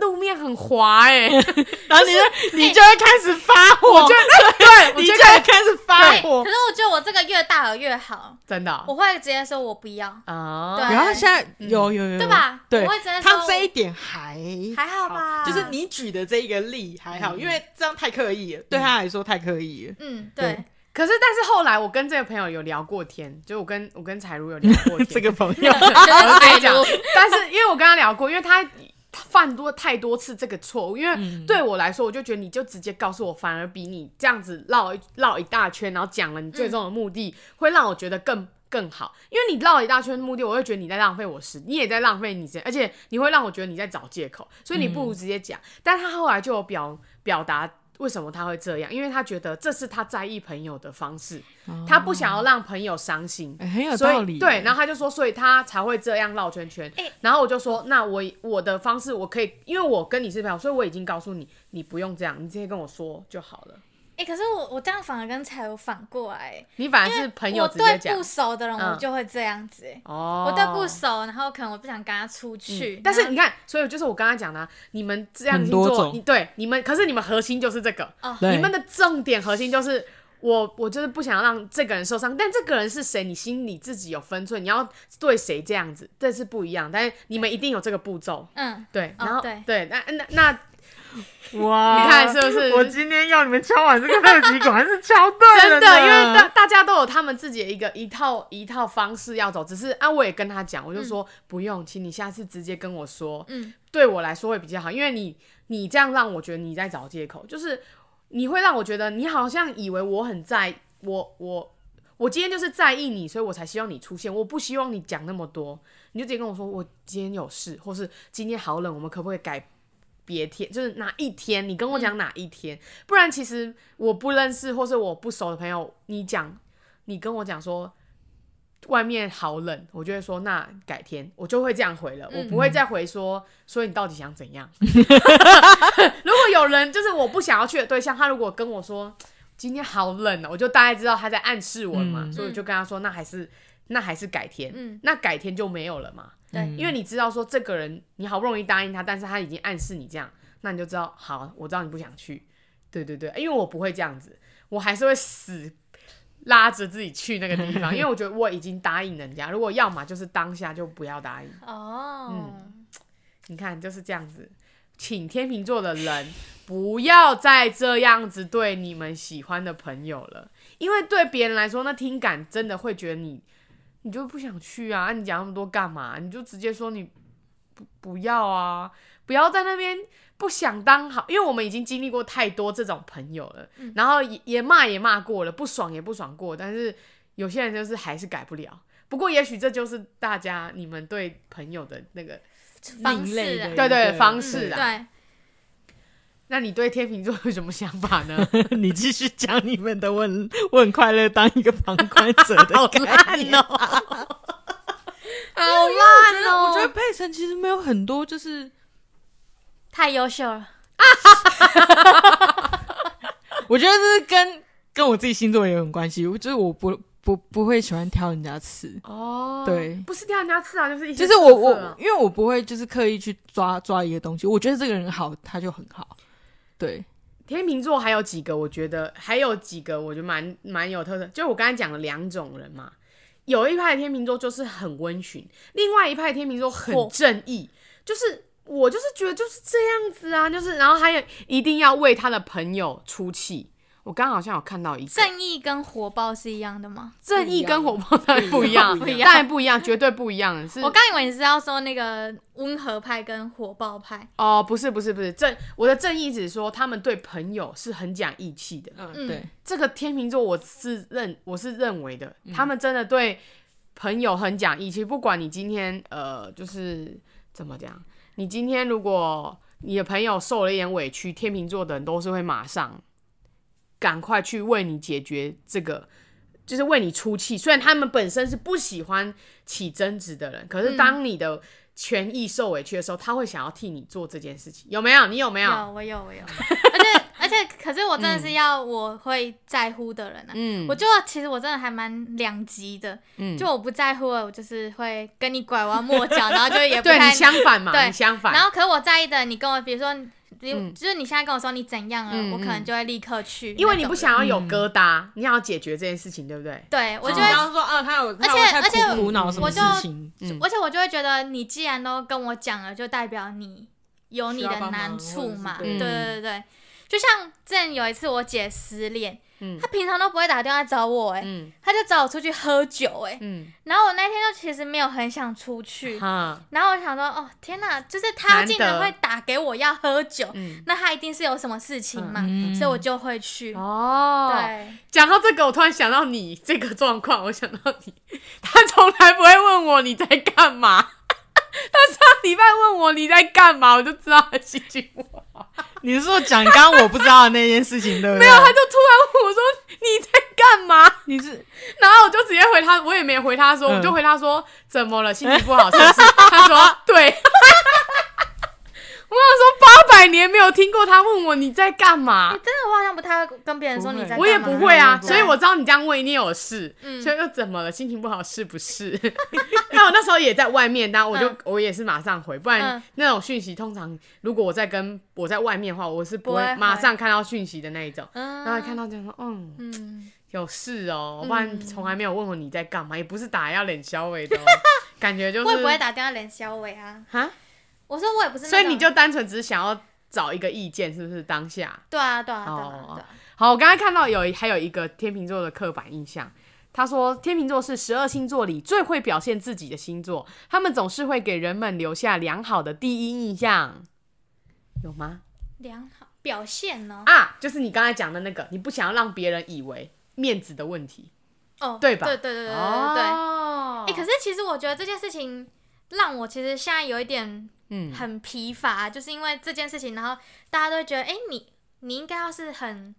Speaker 2: 路面很滑
Speaker 4: [LAUGHS]
Speaker 2: 哎、
Speaker 4: 然后你就你就会开始发火，
Speaker 2: 我觉得对，我
Speaker 4: 你
Speaker 2: 觉
Speaker 4: 就
Speaker 2: 得
Speaker 4: 会开始发
Speaker 3: 对，
Speaker 4: 火
Speaker 3: 可。是我觉得我这个越大耳越好，
Speaker 2: 真的哦
Speaker 3: 我会直接说我不要，
Speaker 2: 啊，
Speaker 3: 对
Speaker 4: 然后现在有有有
Speaker 3: 对吧
Speaker 4: 对
Speaker 3: 我会直接，
Speaker 4: 他
Speaker 3: 说
Speaker 4: 这一点还
Speaker 3: 还好
Speaker 2: 哦
Speaker 3: 吧？
Speaker 4: 就是，你举的这一个例还好，
Speaker 2: 嗯
Speaker 4: 因为这样太刻意了，对他来说太刻意 [LAUGHS] 了。
Speaker 3: 嗯，
Speaker 4: 对
Speaker 3: 对，
Speaker 2: 可是但是后来我跟这个朋友有聊过天，就我跟我跟彩如有聊过天，
Speaker 4: [LAUGHS] 这个朋友，
Speaker 2: 我跟你讲， [LAUGHS] 但是因为我跟他聊过，因为他犯多太多次这个错误，因为对我来说，我就觉得你就直接告诉我，反而比你这样子绕一绕一大圈，然后讲了你最终的目的，会让我觉得更。更好，因为你绕一大圈的目的，我会觉得你在浪费我时，你也在浪费你时间，而且你会让我觉得你在找借口，所以你不如直接讲。但他后来就有表表达为什么他会这样，因为他觉得这是他在意朋友的方式，他不想要让朋友伤心。
Speaker 4: 哎很有
Speaker 2: 所以
Speaker 4: 道理。
Speaker 2: 对，，然后他就说，所以他才会这样绕圈圈。
Speaker 3: 哎
Speaker 2: 然后我就说，那我我的方式我可以，因为我跟你是朋友，所以我已经告诉你，你不用这样，你直接跟我说就好了。
Speaker 3: 哎，可是我我这样反而跟彩油反过来，
Speaker 2: 你反而
Speaker 3: 因为
Speaker 2: 是朋友
Speaker 3: 我
Speaker 2: 直接
Speaker 3: 对
Speaker 2: 讲
Speaker 3: 不熟的人，
Speaker 2: 嗯
Speaker 3: 我就会这样子，哎
Speaker 2: 哦，嗯
Speaker 3: 我对不熟，然后可能我不想跟他出去，
Speaker 2: 但是
Speaker 3: 然
Speaker 2: 你看，所以就是我刚才讲的啊、你们这样
Speaker 4: 很
Speaker 2: 星
Speaker 4: 多
Speaker 2: 座，
Speaker 4: 种
Speaker 2: 你对你们，可是你们核心就是这个，
Speaker 3: 后哦，
Speaker 4: 对
Speaker 2: 你们的重点核心就是我，我就是不想让这个人受伤，但这个人是谁，你心里自己有分寸，你要对谁这样子，这是不一样。但是你们一定有这个步骤，
Speaker 3: 嗯，
Speaker 2: 对，
Speaker 3: 哦
Speaker 2: 然后、
Speaker 3: 对
Speaker 2: 对，那那那
Speaker 4: 哇，
Speaker 2: 你看是不是
Speaker 4: 我今天要你们敲完这个特辑，果然是敲对
Speaker 2: 真
Speaker 4: 了呢。
Speaker 2: 的，因为大大家都有他们自己的一个一套一套方式要走，只是啊，我也跟他讲，我就说、不用，请你下次直接跟我说，
Speaker 3: 嗯，
Speaker 2: 对我来说会比较好，因为你你这样让我觉得你在找借口，就是你会让我觉得你好像以为我很在我我。我今天就是在意你，所以我才希望你出现。我不希望你讲那么多，你就直接跟我说，我今天有事，或是今天好冷，我们可不可以改别天，就是哪一天，你跟我讲哪一天，不然其实我不认识或是我不熟的朋友，你讲，你跟我讲说外面好冷，我就会说那改天，我就会这样回了，我不会再回说，所以你到底想怎样？ [LAUGHS] 如果有人就是我不想要去的对象，他如果跟我说今天好冷哦，我就大概知道他在暗示我了嘛，
Speaker 4: 嗯
Speaker 2: 所以我就跟他说那还是那还是改天，
Speaker 3: 嗯
Speaker 2: 那改天就没有了嘛。
Speaker 4: 嗯
Speaker 3: 对，
Speaker 2: 因为你知道说这个人，你好不容易答应他，但是他已经暗示你这样，那你就知道，好，我知道你不想去，对对对，因为我不会这样子，我还是会死拉着自己去那个地方，因为我觉得我已经答应人家，如果要么就是当下就不要答应，
Speaker 3: 哦，
Speaker 2: 嗯你看就是这样子，请天秤座的人不要再这样子对你们喜欢的朋友了，因为对别人来说，那听感真的会觉得你，你就不想去啊，啊你讲那么多干嘛？你就直接说你不不要啊，不要在那边不想当好，因为我们已经经历过太多这种朋友了，然后也也骂也骂过了，不爽也不爽过，但是有些人就是还是改不了。不过，也许这就是大家你们对朋友的那个
Speaker 3: 方
Speaker 4: 另
Speaker 3: 式
Speaker 4: 类的
Speaker 3: 啊
Speaker 4: 一个，
Speaker 2: 对对方式啊
Speaker 3: 对，
Speaker 2: 那你对天秤座有什么想法呢？
Speaker 4: 对， [LAUGHS] 你继续讲你们的，我很我很快乐当一个旁观者的概念。
Speaker 2: 哦，好
Speaker 4: 我觉
Speaker 2: 烂
Speaker 4: 得
Speaker 2: 哦！
Speaker 4: 我觉得佩晨其实没有很多，就是
Speaker 3: 太优秀了，
Speaker 2: 嗯
Speaker 4: 我觉得这是跟跟我自己星座也有关系，我就是我不不不会喜欢挑人家刺，
Speaker 2: [LAUGHS] 哦，
Speaker 4: 对
Speaker 2: 不是掉人家刺啊，就是一些
Speaker 4: 就是我
Speaker 2: 特色
Speaker 4: 我
Speaker 2: 啊
Speaker 4: 因为我不会就是刻意去抓抓一个东西，我觉得这个人好，他就很好，对，
Speaker 2: 天秤座还有几个，我觉得还有几个，我觉得蛮蛮有特色。就我刚才讲了两种人嘛，有一派的天秤座就是很温驯，另外一派的天秤座很
Speaker 3: 嚯
Speaker 2: 正义，就是。我就是觉得就是这样子啊，就是然后还有一定要为他的朋友出气。我刚好像有看到一个
Speaker 3: 正义跟火爆是一样的吗？
Speaker 2: 正义跟火爆当然不一样，
Speaker 4: 不一样不一
Speaker 2: 当然不一样，绝对不一样的是。
Speaker 3: 我刚以为你是要说那个温和派跟火爆派，
Speaker 2: 哦，不是不是不是正，我的正义只是说他们对朋友是很讲义气的。
Speaker 4: 嗯对，
Speaker 2: 这个天秤座我是认我是认为的，他们真的对朋友很讲义气。不管你今天呃，就是怎么讲，你今天如果你的朋友受了一点委屈，天秤座的人都是会马上赶快去为你解决这个。就是为你出气，虽然他们本身是不喜欢起争执的人，可是当你的权益受委屈的时候，他会想要替你做这件事情，有没有？你有没有？ [LAUGHS]
Speaker 3: 有我有我有，而且而而且可是我真的是要我会在乎的人啊。
Speaker 2: 嗯，
Speaker 3: 我就其实我真的还蛮两极的，
Speaker 2: 嗯
Speaker 3: 就我不在乎了，我就是会跟你拐弯抹角，然后就也不
Speaker 2: 对
Speaker 3: 太
Speaker 2: 你相反嘛，
Speaker 3: 对
Speaker 2: 你相反，
Speaker 3: 然后可是我在意的，你跟我比如说，比如、
Speaker 2: 嗯
Speaker 3: 就是你现在跟我说你怎样了，
Speaker 2: 嗯
Speaker 3: 我可能就会立刻去，
Speaker 2: 因为你不。想要有疙瘩，你想要解决这件事情，对不对？
Speaker 3: 对，我就会
Speaker 2: 哦
Speaker 4: 刚刚说啊，他有，他有
Speaker 3: 而且而
Speaker 4: 在苦
Speaker 3: 且
Speaker 4: 苦恼什么
Speaker 3: 我
Speaker 4: 事
Speaker 3: 就
Speaker 4: 情？
Speaker 2: 嗯
Speaker 3: 而且我就会觉得，你既然都跟我讲了，就代表你有你
Speaker 4: 需要
Speaker 3: 的
Speaker 4: 帮忙
Speaker 3: 难处嘛。
Speaker 4: 或
Speaker 2: 者是对
Speaker 3: 对对对对，就像之前有一次我姐失恋，
Speaker 2: 嗯
Speaker 3: 她平常都不会打电话找我、哎、
Speaker 2: 嗯
Speaker 3: 她就找我出去喝酒、哎、
Speaker 2: 嗯，
Speaker 3: 然后我那天就其实没有很想出去，
Speaker 2: 哈，
Speaker 3: 然后我想说，哦天哪，就是她竟然
Speaker 2: 难得
Speaker 3: 会打给我要喝酒，
Speaker 2: 嗯，
Speaker 3: 那她一定是有什么事情嘛，
Speaker 4: 嗯
Speaker 3: 所以我就会去。
Speaker 2: 哦，。
Speaker 3: 对，
Speaker 2: 讲到这个，我突然想到你这个状况，我想到你，他从来不会问我你在干嘛， [LAUGHS] 他上礼拜问我你在干嘛，我就知道他心情不好，
Speaker 4: 你是说讲刚刚我不知道的那件事情，对不对？没啊
Speaker 2: 他就突然问我说你在干嘛，
Speaker 4: 你是
Speaker 2: 然后我就直接回他，我也没回他说，
Speaker 4: 嗯
Speaker 2: 我就回他说怎么了，心情不好是不是？他说对。 [LAUGHS] 我想说八百年没有听过他问我你在干嘛
Speaker 3: 真，的我好像不太会跟别人说你在干嘛，
Speaker 2: 我也不会啊，
Speaker 4: 不会
Speaker 2: 所以我知道你这样问一定有事，
Speaker 3: 嗯
Speaker 2: 所以又怎么了，心情不好是不是？那我那时候也在外面，但我就、
Speaker 3: 嗯
Speaker 2: 我也是马上回，不然
Speaker 3: 嗯
Speaker 2: 那种讯息通常如果我在跟我在外面的话，我是不
Speaker 3: 不
Speaker 2: 会
Speaker 3: 会回
Speaker 2: 马上看到讯息的那一种。
Speaker 3: 嗯
Speaker 2: 然后看到就说，嗯，
Speaker 3: 嗯，
Speaker 2: 有事哦，不然从来没有问过你在干嘛，也不是打要脸消委
Speaker 3: [LAUGHS]
Speaker 2: 的哦、感觉就是
Speaker 3: 我也不会打电话连小伟啊。
Speaker 2: 啊，
Speaker 3: 我说我也不是那
Speaker 2: 所
Speaker 3: 种，
Speaker 2: 以你就单纯只是想要找一个意见，是不是当下？
Speaker 3: 对啊对啊对啊
Speaker 2: 哦
Speaker 3: 对啊，
Speaker 2: 好，我刚才看到有一还有一个天秤座的刻板印象，他说天秤座是十二星座里最会表现自己的星座，他们总是会给人们留下良好的第一印象，有吗？
Speaker 3: 良好表现呢？
Speaker 2: 啊，就是你刚才讲的那个，你不想要让别人以为面子的问题，
Speaker 3: 哦，
Speaker 2: 对吧
Speaker 3: 对对对对对对对。
Speaker 2: 哦
Speaker 3: 哎，可是其实我觉得这件事情让我其实现在有一点
Speaker 2: 嗯
Speaker 3: 很疲乏，就是因为这件事情，然后大家都会觉得，哎，你你应该要是很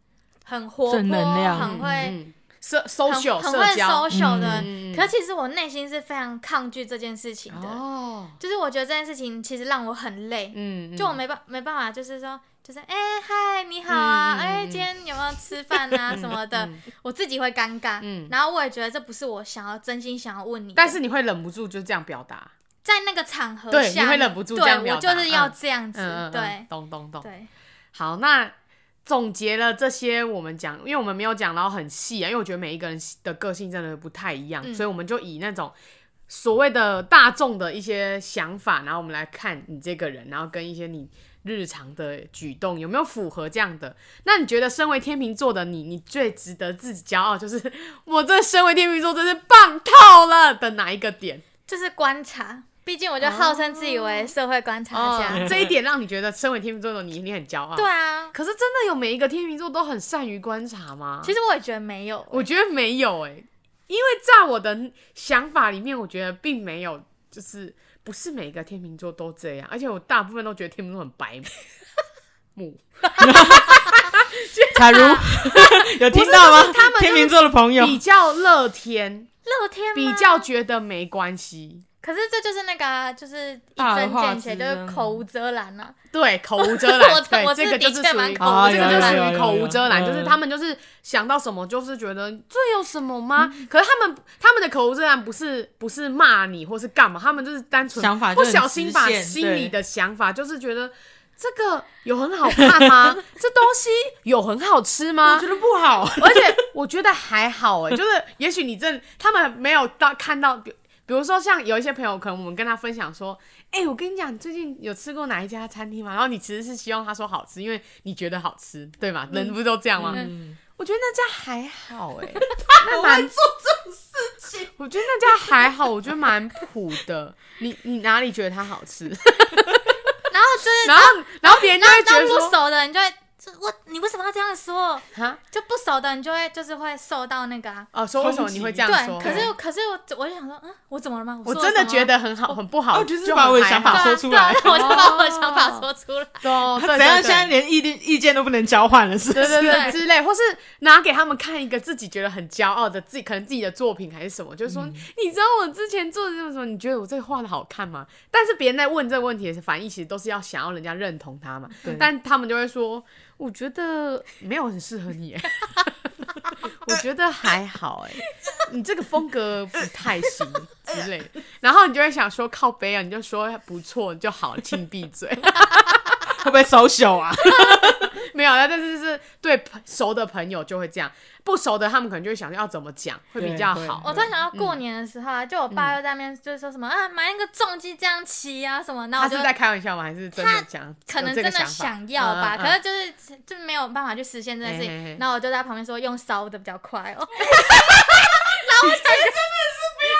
Speaker 3: 很活泼，
Speaker 4: 正能量
Speaker 3: 很会。
Speaker 2: 嗯，社
Speaker 3: 很
Speaker 2: social
Speaker 3: 很会
Speaker 2: 社交
Speaker 3: social
Speaker 2: 嗯
Speaker 3: 的
Speaker 2: 嗯嗯
Speaker 3: 人，可是其实我内心是非常抗拒这件事情的，
Speaker 2: 哦，
Speaker 3: 就是我觉得这件事情其实让我很累，
Speaker 2: 嗯，嗯
Speaker 3: 就我没办没办法，就是说，就是哎嗨、你好啊，
Speaker 2: 嗯嗯
Speaker 3: 哎、
Speaker 2: 嗯
Speaker 3: 今天有没有吃饭啊什么的，我自己会尴尬，
Speaker 2: 嗯
Speaker 3: 然后我也觉得这不是我想要真心想要问你的，
Speaker 2: 但是你会忍不住就这样表达，
Speaker 3: 在那个场合
Speaker 2: 对
Speaker 3: 下，
Speaker 2: 你会忍不住这样
Speaker 3: 对
Speaker 2: 表
Speaker 3: 我
Speaker 2: 达
Speaker 3: 就是要这样子，
Speaker 2: 嗯嗯，嗯
Speaker 3: 对
Speaker 2: 懂懂懂。
Speaker 3: 对，
Speaker 2: 好，那总结了这些，我们讲，因为我们没有讲到很细啊，因为我觉得每一个人的个性真的不太一样，
Speaker 3: 嗯
Speaker 2: 所以我们就以那种所谓的大众的一些想法，然后我们来看你这个人，然后跟一些你日常的举动有没有符合这样的。那你觉得身为天秤座的你，你最值得自己骄傲，就是 [LAUGHS] 我这身为天秤座真是棒透了的哪一个点？
Speaker 3: 就是观察，毕竟我就号称自以
Speaker 2: 哦
Speaker 3: 为社会观察家，
Speaker 2: 这一点让你觉得身为天秤座的你，你很骄傲。
Speaker 3: 对。啊，
Speaker 2: 可是真的有每一个天秤座都很善于观察吗？
Speaker 3: 其实我也觉得没有、欸
Speaker 2: 我觉得没有哎、因为在我的想法里面，我觉得并没有，就是不是每个天秤座都这样，而且我大部分都觉得天秤座很白目，
Speaker 4: 假如 [LAUGHS] 有听到吗？
Speaker 2: 他们就是
Speaker 4: 天秤座的朋友，
Speaker 2: 比较乐天，
Speaker 3: 乐天吗
Speaker 2: 比较，觉得没关系，
Speaker 3: 可是这就是那个啊、就是一
Speaker 4: 大而
Speaker 3: 针
Speaker 4: 化
Speaker 3: 见血，
Speaker 4: 之
Speaker 3: 就是
Speaker 4: 啊
Speaker 3: 口无遮拦啊。
Speaker 2: 对，口无遮拦，
Speaker 3: 我
Speaker 2: 对，
Speaker 3: 我
Speaker 2: 这
Speaker 3: 是
Speaker 2: 个
Speaker 3: 的
Speaker 2: 就是
Speaker 3: 确
Speaker 2: 属于
Speaker 3: 蛮
Speaker 4: 哦
Speaker 2: 口
Speaker 3: 口无
Speaker 2: 无，这
Speaker 3: 遮
Speaker 2: 个就
Speaker 3: 拦
Speaker 2: 属于
Speaker 4: 的
Speaker 2: 口无遮拦，
Speaker 4: 嗯
Speaker 2: 就是他们就是想到什么就是觉得这有什么吗？可是他们他们的口无遮拦不是不是骂你或是干嘛，他们就是单纯
Speaker 4: 想法就
Speaker 2: 不
Speaker 4: 很
Speaker 2: 小心把
Speaker 4: 直线
Speaker 2: 心里的想法就是觉得。这个有很好看吗？
Speaker 4: [LAUGHS]
Speaker 2: 这东西有很好吃吗
Speaker 4: 我？觉得不好。
Speaker 2: [LAUGHS] 而且我觉得还好哎、就是也许你真他们没有到看到，比比如说像有一些朋友，可能我们跟他分享说，哎、我跟你讲，你最近有吃过哪一家餐厅吗？然后你其实是希望他说好吃，因为你觉得好吃，对吧？人不是都这样吗？
Speaker 4: 嗯
Speaker 2: 我觉得那家还好哎、那蛮做这种事情，我觉得那家还好，我觉得蛮普的。你你哪里觉得它好吃？ [LAUGHS]
Speaker 3: 然后就是，
Speaker 2: 然后然后别人就会觉
Speaker 3: 当
Speaker 2: 得
Speaker 3: 不
Speaker 2: 说，
Speaker 3: 熟的，你就会这我你为什么要这样说？
Speaker 2: 哈
Speaker 3: 就不熟的，你就会就是会受到那个啊。
Speaker 2: 哦，说为什么你会这样
Speaker 3: 对，
Speaker 2: 说？
Speaker 3: 可是可是我我就想说，嗯，我怎么了吗？
Speaker 2: 我
Speaker 3: 说
Speaker 2: 真的
Speaker 3: 什么
Speaker 2: 觉得很好，很不好，
Speaker 4: 哦就是把我的想法
Speaker 2: 很
Speaker 3: 对啊
Speaker 2: 还好
Speaker 4: 说
Speaker 3: 对啊，
Speaker 4: 出来
Speaker 3: 我就把我的想法说出来。
Speaker 2: 哦，对
Speaker 4: 怎样？
Speaker 2: 对
Speaker 4: 现在连意见意见都不能交换了，是不
Speaker 2: 对对
Speaker 4: 是？
Speaker 2: 对
Speaker 3: 对
Speaker 2: 之类，或是拿给他们看一个自己觉得很骄傲的自己，可能自己的作品还是什么，就是说，你知道我之前做的什么什么，你觉得我这个画的好看吗？但是别人在问这个问题的时候反应，其实都是要想要人家认同他嘛
Speaker 4: 对。
Speaker 2: 但他们就会说，我觉得没有很适合 [LAUGHS] 你耶，我觉得还好哎， [LAUGHS] 你这个风格不太行之类的。然后你就会想说靠背啊，你就说不错就好，请闭嘴。
Speaker 4: 会不会收手啊？
Speaker 2: [LAUGHS] 没有，啊但是就是对朋熟的朋友就会这样，不熟的他们可能就会想要怎么讲会比较
Speaker 4: 对
Speaker 2: 好。
Speaker 4: 会
Speaker 3: 我突然想到过年的时候啊，就我爸又在那边就是说什么啊，买那个重机这样骑啊什么，然后
Speaker 2: 他
Speaker 3: 我就是
Speaker 2: 在开玩笑吗？还是真的讲？
Speaker 3: 可能
Speaker 2: 有
Speaker 3: 真
Speaker 2: 这
Speaker 3: 的
Speaker 2: 个法
Speaker 3: 想要吧，
Speaker 2: 嗯嗯
Speaker 3: 可是就是就没有办法去实现这件事
Speaker 2: 嘿嘿嘿
Speaker 3: 情。然后我就在旁边说用烧的比较快哦，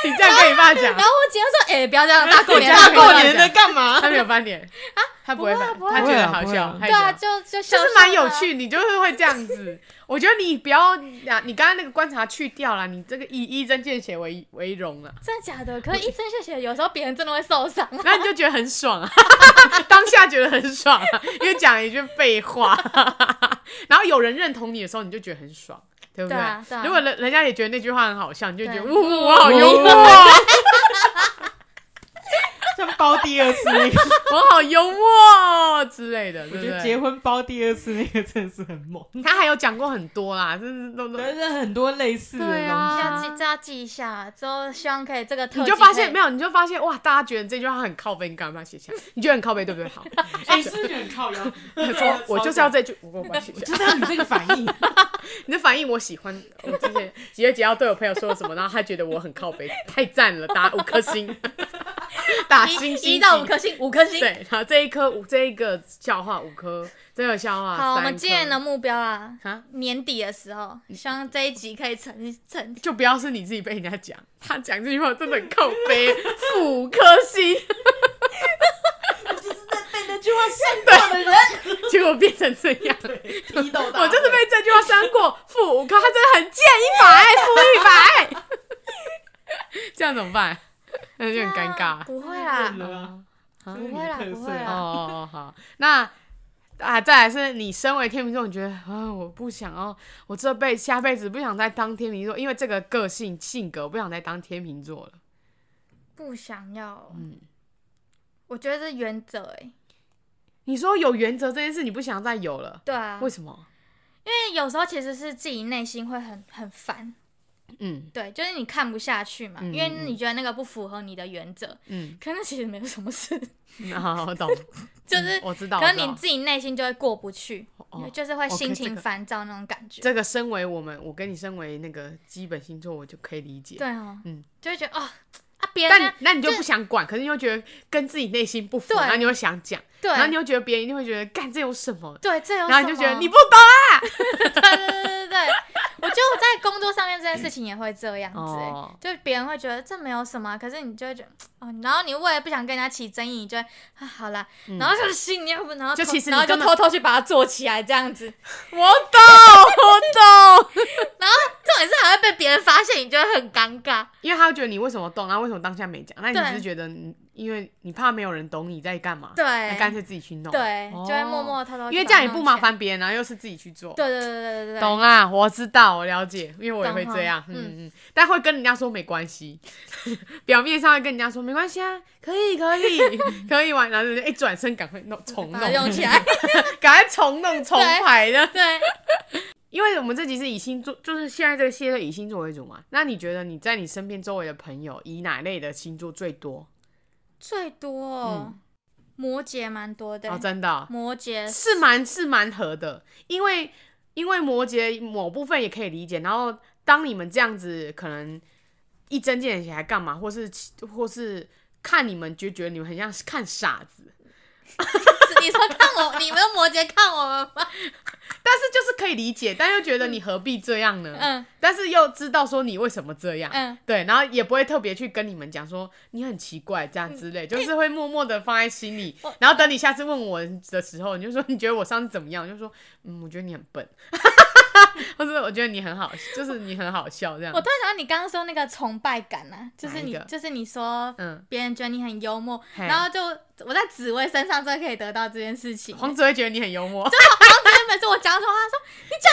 Speaker 2: 你嗯 [LAUGHS] 这样跟你爸讲
Speaker 3: 然， [LAUGHS] 后我姐就说哎不要这样，大过
Speaker 2: [LAUGHS]
Speaker 3: 年
Speaker 2: 你这
Speaker 3: 大
Speaker 2: 样
Speaker 3: 过
Speaker 4: 过
Speaker 3: 年，
Speaker 4: 年的干嘛？ [LAUGHS]
Speaker 2: 他没有翻脸啊，他不会
Speaker 3: 不会啊
Speaker 2: 翻，
Speaker 3: 不会
Speaker 2: 他觉得
Speaker 4: 不会啊
Speaker 2: 好
Speaker 4: 不会
Speaker 2: 笑
Speaker 4: 啊，
Speaker 2: 他
Speaker 3: 对
Speaker 2: 也觉得
Speaker 3: 啊
Speaker 2: 好
Speaker 3: 就就
Speaker 2: 就
Speaker 3: 就
Speaker 2: 是蛮有，趣，你就是会这样子。我觉得你不要啊，你刚刚那个观察去掉了，你这个以一针见血为为荣了，
Speaker 3: 真的假的？可是一针见血，有时候别人真的会受伤。
Speaker 2: 那你就觉得很爽啊， [LAUGHS] 当下觉得很爽啊，因为讲了一句废话， [LAUGHS] 然后有人认同你的时候，你就觉得很爽，对不
Speaker 3: 对啊对啊
Speaker 2: 如果人人家也觉得那句话很好笑，你就觉得
Speaker 3: 对
Speaker 2: 呜，我好幽默，
Speaker 4: 像包第二次那个，
Speaker 2: 我好幽默哦之类的，
Speaker 4: 我
Speaker 2: 对
Speaker 4: 觉
Speaker 2: 不
Speaker 4: 得 [LAUGHS] 结
Speaker 2: 对？
Speaker 4: 婚包第二次那个真的是很猛，
Speaker 2: 他还有讲过很多啦，真是都都
Speaker 4: 但是很多类似的
Speaker 2: 对
Speaker 4: 东西。
Speaker 2: 啊
Speaker 3: [LAUGHS] 要记，这要记一下，之后希望可以这个特
Speaker 2: 你
Speaker 3: 辑
Speaker 2: 就发
Speaker 3: 可
Speaker 2: 现
Speaker 3: 以
Speaker 2: 没有，你就发现哇，大家觉得这句话很靠背，你赶快把它写下来。你觉得很靠背，对不对？
Speaker 3: [LAUGHS]
Speaker 2: 好，
Speaker 4: 哎，是不是觉得很靠腰，
Speaker 2: 说我就是要这句，我把它写下来。
Speaker 4: 知道你这个反应，
Speaker 2: 你的反应我喜欢。我之前 [LAUGHS] 几月几号对我朋友说什么，然后他觉得我很靠背，太赞了，打五颗
Speaker 3: [LAUGHS]
Speaker 2: 星，打星星
Speaker 3: 一一到五颗星，五颗星。
Speaker 2: 对，然后这一颗五，这一个笑话五颗，这个笑话
Speaker 3: 好，我
Speaker 2: 三
Speaker 3: 们
Speaker 2: 颗嗯
Speaker 3: 今年的目标啊
Speaker 2: 啊，
Speaker 3: 年底的时候，希望这一集可以成
Speaker 2: [LAUGHS]
Speaker 3: 成。
Speaker 2: 就不要是你自己被人家讲，他讲这句话真的很靠背，负五颗
Speaker 3: [LAUGHS]
Speaker 2: 星，
Speaker 4: 就是在被那句话伤到的
Speaker 3: 啊
Speaker 4: 人，
Speaker 2: 结果变成这样。
Speaker 4: 批斗
Speaker 2: 我就是被这句话伤过，负五颗，他真的很贱，一百负一百， [LAUGHS] 这样怎么办？那就很尴尬。嗯
Speaker 3: 不会啊啦，
Speaker 4: 了，
Speaker 3: 不会啦，不会
Speaker 2: 哦
Speaker 3: 啦。
Speaker 2: 哦 [LAUGHS] 哦好，那啊，再来是你身为天秤座，你觉得啊、我不想要，我这辈下辈子不想再当天秤座，因为这个个性性格，我不想再当天秤座了。
Speaker 3: 不想要，
Speaker 2: 嗯
Speaker 3: 我觉得是原则哎、
Speaker 2: 你说有原则这件事，你不想再有了，
Speaker 3: 对啊，
Speaker 2: 为什么？
Speaker 3: 因为有时候其实是自己内心会很很烦，
Speaker 2: 嗯
Speaker 3: 对，就是你看不下去嘛，
Speaker 2: 嗯
Speaker 3: 因为你觉得那个不符合你的原则，
Speaker 2: 嗯，
Speaker 3: 可是其实没有什么事， [LAUGHS]
Speaker 2: 好，我懂，
Speaker 3: 就是、
Speaker 2: 我知道。
Speaker 3: [LAUGHS] 可
Speaker 2: 我
Speaker 3: 是
Speaker 2: 知道
Speaker 3: 你自己内心就会过不去，
Speaker 2: 哦
Speaker 3: 就是会
Speaker 2: OK，
Speaker 3: 心情
Speaker 2: 这个
Speaker 3: 烦躁那种感觉。
Speaker 2: 这个身为我们，我跟你身为那个基本星座，我就可以理解。
Speaker 3: 对哦，
Speaker 2: 嗯
Speaker 3: 就会觉得哦啊，别人
Speaker 2: 但那你就不想管，可是你又觉得跟自己内心不符，
Speaker 3: 对
Speaker 2: 然后你又想讲，
Speaker 3: 对
Speaker 2: 然后你又觉得别人一定会觉得干这有什么，
Speaker 3: 对这有
Speaker 2: 然后你
Speaker 3: 什
Speaker 2: 就觉得
Speaker 3: 么
Speaker 2: 你不懂啊。
Speaker 3: 对对对对对，我觉得在工作上面这件事情也会这样子、欸
Speaker 2: 哦
Speaker 3: 就别人会觉得这没有什么啊，可是你就会觉得哦，然后你为了不想跟人家起争议，你就会啊好啦，然后就心里要不，然
Speaker 2: 嗯
Speaker 3: 后
Speaker 2: 就
Speaker 3: 偷
Speaker 2: 其实
Speaker 3: 然
Speaker 2: 你
Speaker 3: 后就
Speaker 2: 根本
Speaker 3: 偷偷去把它做起来这样子，
Speaker 2: [LAUGHS] 我懂，我懂，
Speaker 3: [LAUGHS] 然后重点是还会被别人发现，你就会很尴尬。
Speaker 2: 因为他会觉得你为什么懂，然后为什么当下没讲，那你
Speaker 3: 对
Speaker 2: 只是觉得你，因为你怕没有人懂你在干嘛，
Speaker 3: 对
Speaker 2: 那干脆自己去弄，
Speaker 3: 对，就会默默
Speaker 2: 哦
Speaker 3: 地偷偷，
Speaker 2: 因为这样也不麻
Speaker 3: 烦。
Speaker 2: 烦别人，然后又是自己去做，
Speaker 3: 对对对对对对，
Speaker 2: 懂啊，我知道，我了解，因为我也
Speaker 3: 懂
Speaker 2: 会
Speaker 3: 哈
Speaker 2: 这样，
Speaker 3: 嗯
Speaker 2: 嗯嗯，但会跟人家说没关系， [LAUGHS] 表面上会跟人家说没关系啊，可以可以 [LAUGHS] 可以玩，然后就一哎转身赶快弄重
Speaker 3: 把
Speaker 2: 弄
Speaker 3: 它，用起来。
Speaker 2: [LAUGHS] 赶快重弄重排的，
Speaker 3: [LAUGHS] 对，
Speaker 2: 因为我们这集是以星座，就是现在这个系列以星座为主嘛。那你觉得你在你身边周围的朋友以哪类的星座最多？
Speaker 3: 最多、哦
Speaker 2: 嗯
Speaker 3: 摩羯蛮多的，
Speaker 2: 哦，真的哦、
Speaker 3: 摩羯
Speaker 2: 是蛮是蛮合的，因为因为摩羯某部分也可以理解。然后当你们这样子，可能一针见血还干嘛，或是或是看你们就觉得你们很像是看傻子，
Speaker 3: 你说看我，你 [LAUGHS] 们摩羯看我们吗？
Speaker 2: 嗯但是就是可以理解，但又觉得你何必这样呢？
Speaker 3: 嗯，
Speaker 2: 但是又知道说你为什么这样，
Speaker 3: 嗯
Speaker 2: 对，然后也不会特别去跟你们讲说你很奇怪这样之
Speaker 3: 嗯
Speaker 2: 类，就是会默默的放在心
Speaker 3: [LAUGHS]
Speaker 2: 里，然后等你下次问我的时候，你就说你觉得我上次怎么样，我就说嗯，我觉得你很笨， [LAUGHS] 或者我觉得你很好，就是你很好笑这样
Speaker 3: 我，突然想到你刚刚说那个崇拜感啊，就是
Speaker 2: 哪一
Speaker 3: 你
Speaker 2: 个
Speaker 3: 就是你说
Speaker 2: 嗯，
Speaker 3: 别人觉得你很幽默，
Speaker 2: 嘿
Speaker 3: 然后就我在紫薇身上真的可以得到这件事情。
Speaker 2: 黄子会觉得你很幽
Speaker 3: [LAUGHS]
Speaker 2: 默，
Speaker 3: 紫薇每次我讲什么，他说你讲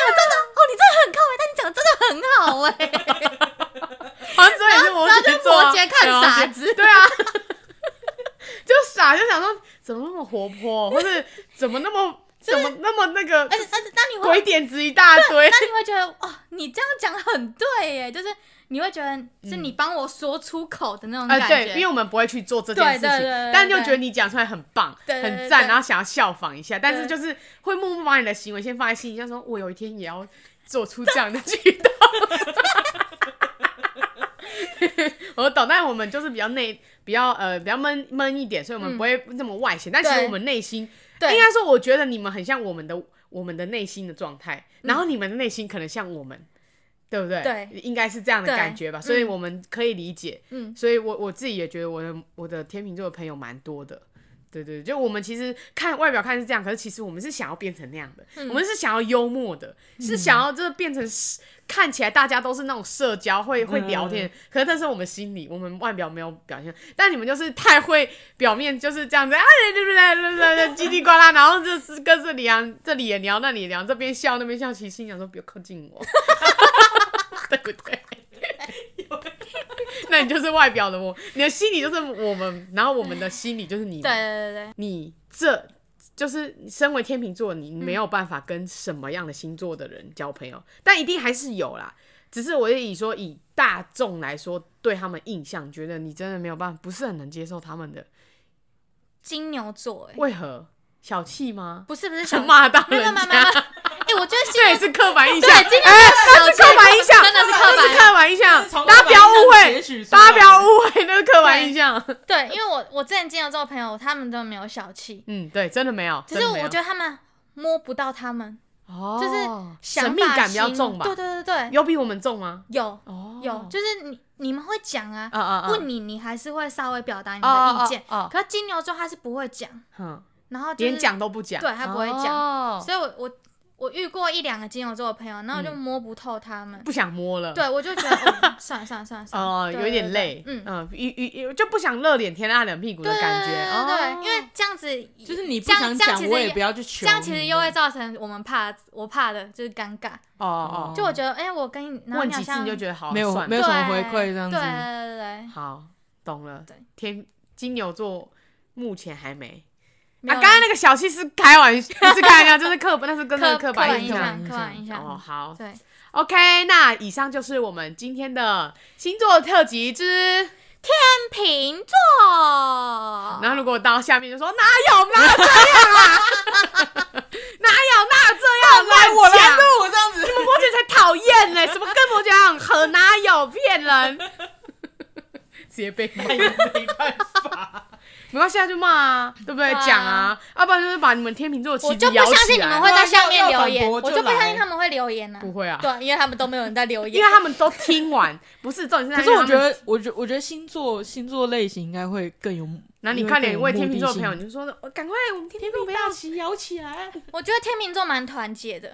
Speaker 3: 的真的哦，你真的很靠北，但你讲的真的很好
Speaker 2: [LAUGHS]
Speaker 3: 哎、
Speaker 2: 黄子啊也是摩
Speaker 3: 然后就
Speaker 2: 羯座啊，
Speaker 3: 摩羯看
Speaker 2: 对啊
Speaker 3: 傻
Speaker 2: 摩羯
Speaker 3: 子
Speaker 2: 对 [LAUGHS] 啊。就傻，就想说怎么那么活泼，或是怎么那么怎 [LAUGHS] 么那么那个
Speaker 3: 而且而且，当你会
Speaker 2: 鬼点子一大堆？
Speaker 3: 那你会觉得哦，你这样讲很对耶，就是你会觉得是你帮我说出口的那种
Speaker 2: 啊、
Speaker 3: 感觉。
Speaker 2: 嗯对，因为我们不会去做这件事情，
Speaker 3: 对对对对
Speaker 2: 但就
Speaker 3: 对
Speaker 2: 觉得你讲出来很棒，
Speaker 3: 对对对
Speaker 2: 很赞，
Speaker 3: 对
Speaker 2: 然后想要效仿一下，但是
Speaker 3: 对
Speaker 2: 就是会默默把你的行为先放在心里，像说我有一天也要做出这样的举动。
Speaker 3: [LAUGHS]
Speaker 2: 我懂，但我们就是比较内，比较呃比较闷闷一点，所以我们不会那么外显。但其实
Speaker 3: 嗯对
Speaker 2: 我们内心，
Speaker 3: 对
Speaker 2: 应该说，我觉得你们很像我们的我们的内心的状态，然后你们的内心可能像我们，对不对？
Speaker 3: 嗯对
Speaker 2: 应该是这样的
Speaker 3: 对
Speaker 2: 感觉吧。所以
Speaker 3: 嗯
Speaker 2: 我们可以理解，
Speaker 3: 嗯，
Speaker 2: 所以我我自己也觉得我的我的天秤座的朋友蛮多的。对对，对就我们其实看外表看是这样，可是其实我们是想要变成那样的，我们是想要幽默的，是想要就是变成是看起来大家都是那种社交会会聊天，可是但是我们心里我们外表没有表现，但你们就是太会表面就是这样子啊，对对对对对对，叽里呱啦，然后就是跟这里啊这里也聊那里也聊，这边笑那边笑，其实心想说不要靠近我， [LAUGHS] 对不对？那你就是外表的我，你的心里就是我们，然后我们的心里就是你
Speaker 3: 对
Speaker 2: 们。
Speaker 3: 对对对，
Speaker 2: 你这就是身为天秤座，你没有办法跟什么样的星座的人交朋友，但一定还是有啦。只是我以说，以大众来说，对他们印象，觉得你真的没有办法，不是很能接受他们的，
Speaker 3: 金牛座哎，
Speaker 2: 为何小气吗？
Speaker 3: 不是不是小
Speaker 2: 骂到
Speaker 3: 没有没
Speaker 2: 人
Speaker 3: 有没有没有，
Speaker 2: 家，
Speaker 3: 哎，我觉得金
Speaker 2: 这
Speaker 3: 牛
Speaker 2: 也是刻板印象，
Speaker 3: 对金牛
Speaker 2: 哎
Speaker 3: 座
Speaker 2: 这是刻板印象，
Speaker 3: 真的是刻
Speaker 2: 这是
Speaker 3: 板，
Speaker 2: 刻板印象
Speaker 4: 是，从
Speaker 2: 大家不要误
Speaker 4: 刻板印象截取
Speaker 2: 会，
Speaker 4: 出来
Speaker 2: 大家不要误会，那是刻板印象。
Speaker 3: 对，因为我我之前金牛座的朋友他们都没有小气，
Speaker 2: 嗯，对，真的没有，
Speaker 3: 只是我觉得他们摸不到他们，
Speaker 2: 得哦，
Speaker 3: 就是
Speaker 2: 神
Speaker 3: 想
Speaker 2: 秘
Speaker 3: 法
Speaker 2: 感比较
Speaker 3: 型
Speaker 2: 重吧，
Speaker 3: 对对对对，
Speaker 2: 有比我们重吗？
Speaker 3: 有
Speaker 2: 哦，
Speaker 3: 有，就是你你们会讲啊
Speaker 2: 啊，啊啊，
Speaker 3: 问你你还是会稍微表达你
Speaker 2: 哦
Speaker 3: 的意见，
Speaker 2: 哦，哦
Speaker 3: 可是金牛座他是不会讲，
Speaker 2: 哼，
Speaker 3: 然后就
Speaker 2: 嗯
Speaker 3: 是
Speaker 2: 连讲都不讲，哦
Speaker 3: 对他不会讲
Speaker 2: 讲，
Speaker 3: 所以我我我遇过一两个金牛座的朋友，然后我就摸不透他们，
Speaker 2: 不想摸了，，
Speaker 3: 对我就觉得、哦、 [LAUGHS] 算了算了算了
Speaker 2: 嗯
Speaker 3: 算了，
Speaker 2: 哦，
Speaker 3: 对
Speaker 2: 有一点累
Speaker 3: 对，对对
Speaker 2: 嗯，
Speaker 3: 嗯。
Speaker 2: 一一一就不想热脸贴他冷屁股的
Speaker 3: 对对
Speaker 2: 感觉，
Speaker 3: 对对
Speaker 2: 哦
Speaker 3: 对，因为这样子
Speaker 4: 就是你不
Speaker 3: 这样
Speaker 4: 想
Speaker 3: 这样
Speaker 4: 讲，
Speaker 3: 其实
Speaker 4: 我也不要去求
Speaker 3: 这
Speaker 4: 你。
Speaker 3: 样其实又会造成我们怕我怕的就是尴尬，
Speaker 2: 哦哦，
Speaker 3: 就我觉得哎、我跟你然后
Speaker 2: 问
Speaker 3: 你好
Speaker 2: 几次
Speaker 3: 像
Speaker 2: 你就觉得好
Speaker 4: 没有
Speaker 2: 算了
Speaker 4: 没有
Speaker 3: 对
Speaker 4: 什么回馈这样子
Speaker 3: 对对对对
Speaker 2: 好，懂了
Speaker 3: 对，
Speaker 2: 天金牛座目前还没。
Speaker 3: 没
Speaker 2: 啊，
Speaker 3: 有
Speaker 2: 刚刚那个小气是开玩笑，不是开玩笑，就是刻，那是跟那
Speaker 3: 刻
Speaker 2: 个刻
Speaker 3: 刻
Speaker 2: 板
Speaker 3: 板
Speaker 2: 印
Speaker 3: 印
Speaker 2: 象。
Speaker 3: 象，刻板印
Speaker 2: 哦，
Speaker 3: 象，
Speaker 2: 好
Speaker 3: 对，
Speaker 2: ，OK，那以上就是我们今天的星座特辑之
Speaker 3: 天秤座，
Speaker 2: 然后如果到下面就说哪有哪
Speaker 3: [LAUGHS]
Speaker 2: 有这样啊，哪有哪有这样
Speaker 4: 来， [LAUGHS] 我
Speaker 2: 乱
Speaker 4: 来
Speaker 2: 讲，
Speaker 4: 录这样子。
Speaker 2: [LAUGHS] 摩羯才讨厌嘞，什么跟摩羯讲和哪有骗
Speaker 3: [LAUGHS]
Speaker 2: 人，直接被骂，
Speaker 4: 没办
Speaker 3: [LAUGHS]
Speaker 4: 法，
Speaker 2: 没关系啊，就骂啊，对不对？
Speaker 3: 对啊
Speaker 2: 讲啊，要不然就是把你们天秤座的
Speaker 3: 我
Speaker 2: 旗
Speaker 3: 就
Speaker 2: 子
Speaker 3: 不
Speaker 2: 摇
Speaker 3: 相信
Speaker 2: 起
Speaker 3: 你们
Speaker 2: 来。
Speaker 3: 会在下
Speaker 4: 要
Speaker 3: 面
Speaker 4: 啊要
Speaker 3: 留
Speaker 4: 反
Speaker 3: 言，
Speaker 4: 驳
Speaker 3: 我
Speaker 4: 就
Speaker 3: 就不相
Speaker 4: 来
Speaker 3: 信他们会留言呢、啊。
Speaker 2: 不会啊，
Speaker 3: 对，因为他们都没有人在留言，
Speaker 2: 因为他们都听完，不是重点是。
Speaker 4: 可是我觉，得，我觉我觉得星座星座类型应该会更有。
Speaker 2: 那你快点为天秤座的朋友，
Speaker 4: 因为
Speaker 2: 你就说，我赶快，我们天
Speaker 4: 更
Speaker 2: 秤
Speaker 4: 有
Speaker 2: 座
Speaker 4: 目的性，天秤不
Speaker 2: 不
Speaker 4: 要
Speaker 2: 要。
Speaker 4: 起摇起来。
Speaker 3: 我觉得天秤座蛮团结的。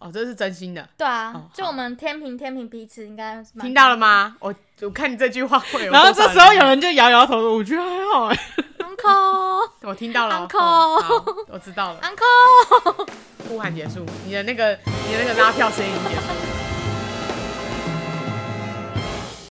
Speaker 2: 哦，这是真心的，
Speaker 3: 对啊，
Speaker 2: 哦
Speaker 3: 就我们天平天平彼此应该蛮
Speaker 2: 听到了？吗？
Speaker 4: [LAUGHS]
Speaker 2: 我我看你这句话会有多
Speaker 4: 然
Speaker 2: 少
Speaker 4: 后
Speaker 2: 人。
Speaker 4: 这时候有人就摇摇头，我觉得还好哎。
Speaker 3: Uncle
Speaker 2: 我听到了哦
Speaker 3: Uncle
Speaker 2: 哦好
Speaker 4: [LAUGHS]
Speaker 2: 我知道了。
Speaker 3: Uncle，
Speaker 2: 呼喊结束，你的那个你的那个拉票声音结束。